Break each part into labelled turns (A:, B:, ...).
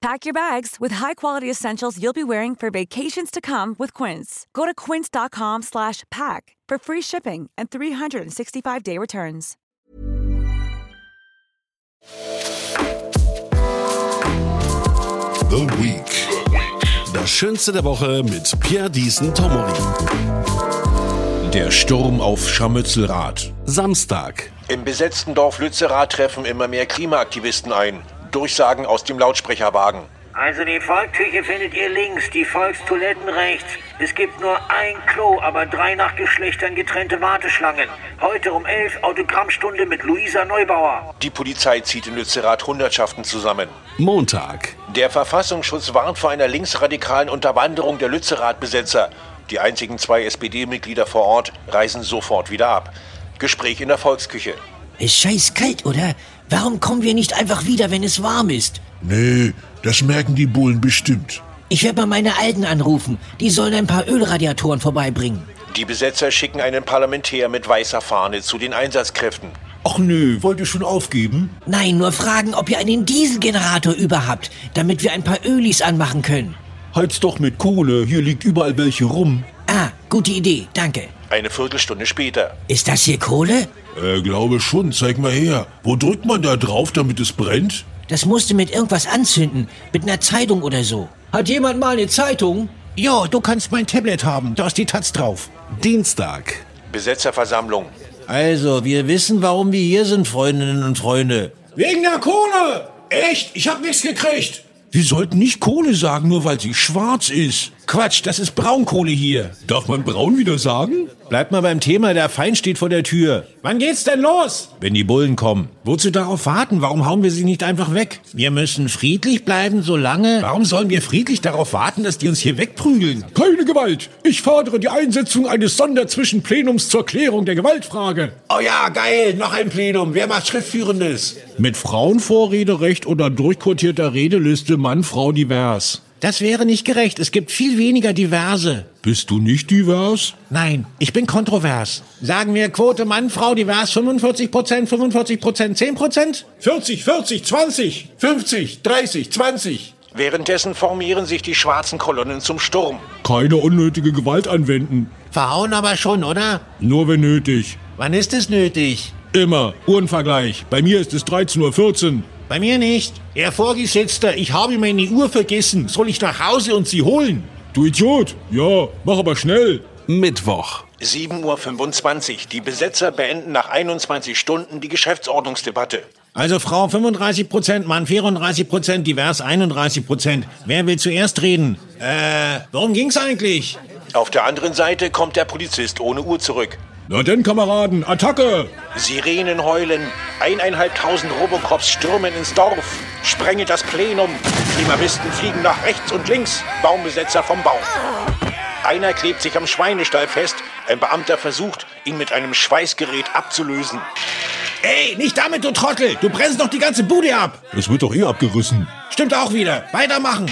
A: Pack your bags with high-quality essentials you'll be wearing for vacations to come with Quince. Go to quince.com/pack for free shipping and 365-day returns.
B: The Week. Das Schönste der Woche mit Pierre Diesen Tomori.
C: Der Sturm auf Scharmützelrad.
B: Samstag.
D: Im besetzten Dorf Lützerath treffen immer mehr Klimaaktivisten ein. Durchsagen aus dem Lautsprecherwagen.
E: Also die Volktüche findet ihr links, die Volkstoiletten rechts. Es gibt nur ein Klo, aber drei nach Geschlechtern getrennte Warteschlangen. Heute um elf Autogrammstunde mit Luisa Neubauer.
D: Die Polizei zieht in Lützerath Hundertschaften zusammen.
B: Montag.
D: Der Verfassungsschutz warnt vor einer linksradikalen Unterwanderung der Lützerath-Besetzer. Die einzigen zwei SPD-Mitglieder vor Ort reisen sofort wieder ab. Gespräch in der Volksküche.
F: Ist scheiß kalt, oder? Warum kommen wir nicht einfach wieder, wenn es warm ist?
G: Nee, das merken die Bullen bestimmt.
F: Ich werde mal meine Alten anrufen. Die sollen ein paar Ölradiatoren vorbeibringen.
D: Die Besetzer schicken einen Parlamentär mit weißer Fahne zu den Einsatzkräften.
C: Ach nö, wollt ihr schon aufgeben?
F: Nein, nur fragen, ob ihr einen Dieselgenerator über habt, damit wir ein paar Ölis anmachen können.
C: Heiz doch mit Kohle, hier liegt überall welche rum.
F: Ah, gute Idee, danke.
D: Eine Viertelstunde später.
F: Ist das hier Kohle?
G: Äh, glaube schon, zeig mal her. Wo drückt man da drauf, damit es brennt?
F: Das musste mit irgendwas anzünden, mit einer Zeitung oder so.
H: Hat jemand mal eine Zeitung?
I: Ja, du kannst mein Tablet haben, da ist die Taz drauf.
B: Dienstag.
D: Besetzerversammlung.
J: Also, wir wissen, warum wir hier sind, Freundinnen und Freunde.
K: Wegen der Kohle! Echt, ich hab nichts gekriegt.
G: Wir sollten nicht Kohle sagen, nur weil sie schwarz ist.
I: Quatsch, das ist Braunkohle hier.
C: Darf man braun wieder sagen?
J: Bleibt mal beim Thema, der Feind steht vor der Tür.
I: Wann geht's denn los?
J: Wenn die Bullen kommen.
I: Wozu darauf warten? Warum hauen wir sie nicht einfach weg?
J: Wir müssen friedlich bleiben, solange...
I: Warum sollen wir friedlich darauf warten, dass die uns hier wegprügeln?
K: Keine Gewalt! Ich fordere die Einsetzung eines Sonderzwischenplenums zur Klärung der Gewaltfrage.
I: Oh ja, geil! Noch ein Plenum. Wer macht Schriftführendes?
C: Mit Frauenvorrederecht oder durchquotierter Redeliste Mann-Frau divers.
J: Das wäre nicht gerecht. Es gibt viel weniger diverse.
C: Bist du nicht divers?
J: Nein, ich bin kontrovers.
I: Sagen wir Quote Mann, Frau divers 45 Prozent, 45 Prozent, 10 Prozent?
K: 40, 40, 20, 50, 30, 20.
D: Währenddessen formieren sich die schwarzen Kolonnen zum Sturm.
C: Keine unnötige Gewalt anwenden.
J: Verhauen aber schon, oder?
C: Nur wenn nötig.
J: Wann ist es nötig?
C: Immer. Uhrenvergleich. Bei mir ist es 13.14 Uhr.
I: Bei mir nicht. Herr Vorgesetzter, ich habe meine Uhr vergessen. Soll ich nach Hause und sie holen?
C: Du Idiot! Ja, mach aber schnell.
B: Mittwoch.
D: 7.25 Uhr. Die Besetzer beenden nach 21 Stunden die Geschäftsordnungsdebatte.
J: Also Frau 35 Prozent, Mann 34 Prozent, divers 31 Prozent. Wer will zuerst reden? Äh, worum ging's eigentlich?
D: Auf der anderen Seite kommt der Polizist ohne Uhr zurück.
C: Na denn, Kameraden, Attacke!
D: Sirenen heulen, eineinhalbtausend Robocops stürmen ins Dorf, sprengen das Plenum, Klimawisten fliegen nach rechts und links, Baumbesetzer vom Baum. Einer klebt sich am Schweinestall fest, ein Beamter versucht, ihn mit einem Schweißgerät abzulösen.
I: Ey, nicht damit, du Trottel! Du brennst doch die ganze Bude ab!
C: Es wird doch eh abgerissen.
I: Stimmt auch wieder. Weitermachen!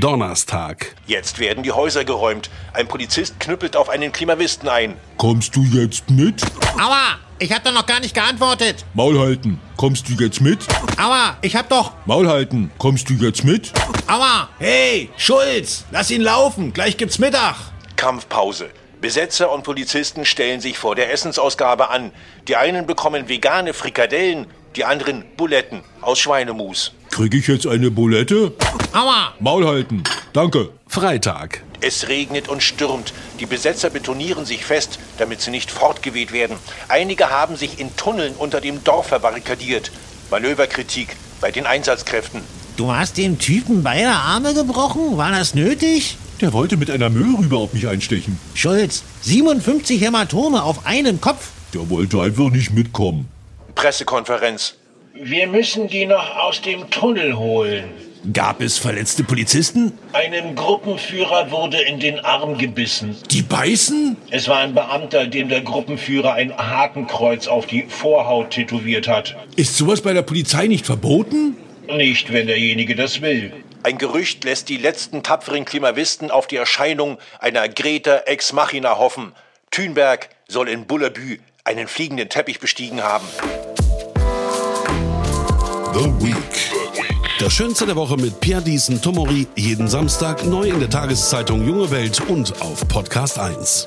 B: Donnerstag.
D: Jetzt werden die Häuser geräumt. Ein Polizist knüppelt auf einen Klimawisten ein.
C: Kommst du jetzt mit?
J: Aua! Ich hab doch noch gar nicht geantwortet.
C: Maul halten. Kommst du jetzt mit?
J: Aua! Ich hab doch.
C: Maul halten. Kommst du jetzt mit?
J: Aua!
I: Hey, Schulz! Lass ihn laufen. Gleich gibt's Mittag.
D: Kampfpause. Besetzer und Polizisten stellen sich vor der Essensausgabe an. Die einen bekommen vegane Frikadellen, die anderen Buletten aus Schweinemus.
C: Krieg ich jetzt eine Bulette?
J: Aua!
C: Maul halten. Danke.
B: Freitag.
D: Es regnet und stürmt. Die Besetzer betonieren sich fest, damit sie nicht fortgeweht werden. Einige haben sich in Tunneln unter dem Dorf verbarrikadiert. Manöverkritik bei den Einsatzkräften.
J: Du hast dem Typen beide Arme gebrochen? War das nötig?
C: Der wollte mit einer Müllrübe auf mich einstechen.
J: Schulz, 57 Hämatome auf einen Kopf.
C: Der wollte einfach nicht mitkommen.
D: Pressekonferenz.
E: Wir müssen die noch aus dem Tunnel holen.
L: Gab es verletzte Polizisten?
D: Einem Gruppenführer wurde in den Arm gebissen.
L: Die beißen?
D: Es war ein Beamter, dem der Gruppenführer ein Hakenkreuz auf die Vorhaut tätowiert hat.
L: Ist sowas bei der Polizei nicht verboten?
D: Nicht, wenn derjenige das will. Ein Gerücht lässt die letzten tapferen Klimawisten auf die Erscheinung einer Greta Ex Machina hoffen. Thünberg soll in Bullabü einen fliegenden Teppich bestiegen haben.
B: The Week. Das Schönste der Woche mit Pierre Diesen Tomori. Jeden Samstag neu in der Tageszeitung Junge Welt und auf Podcast 1.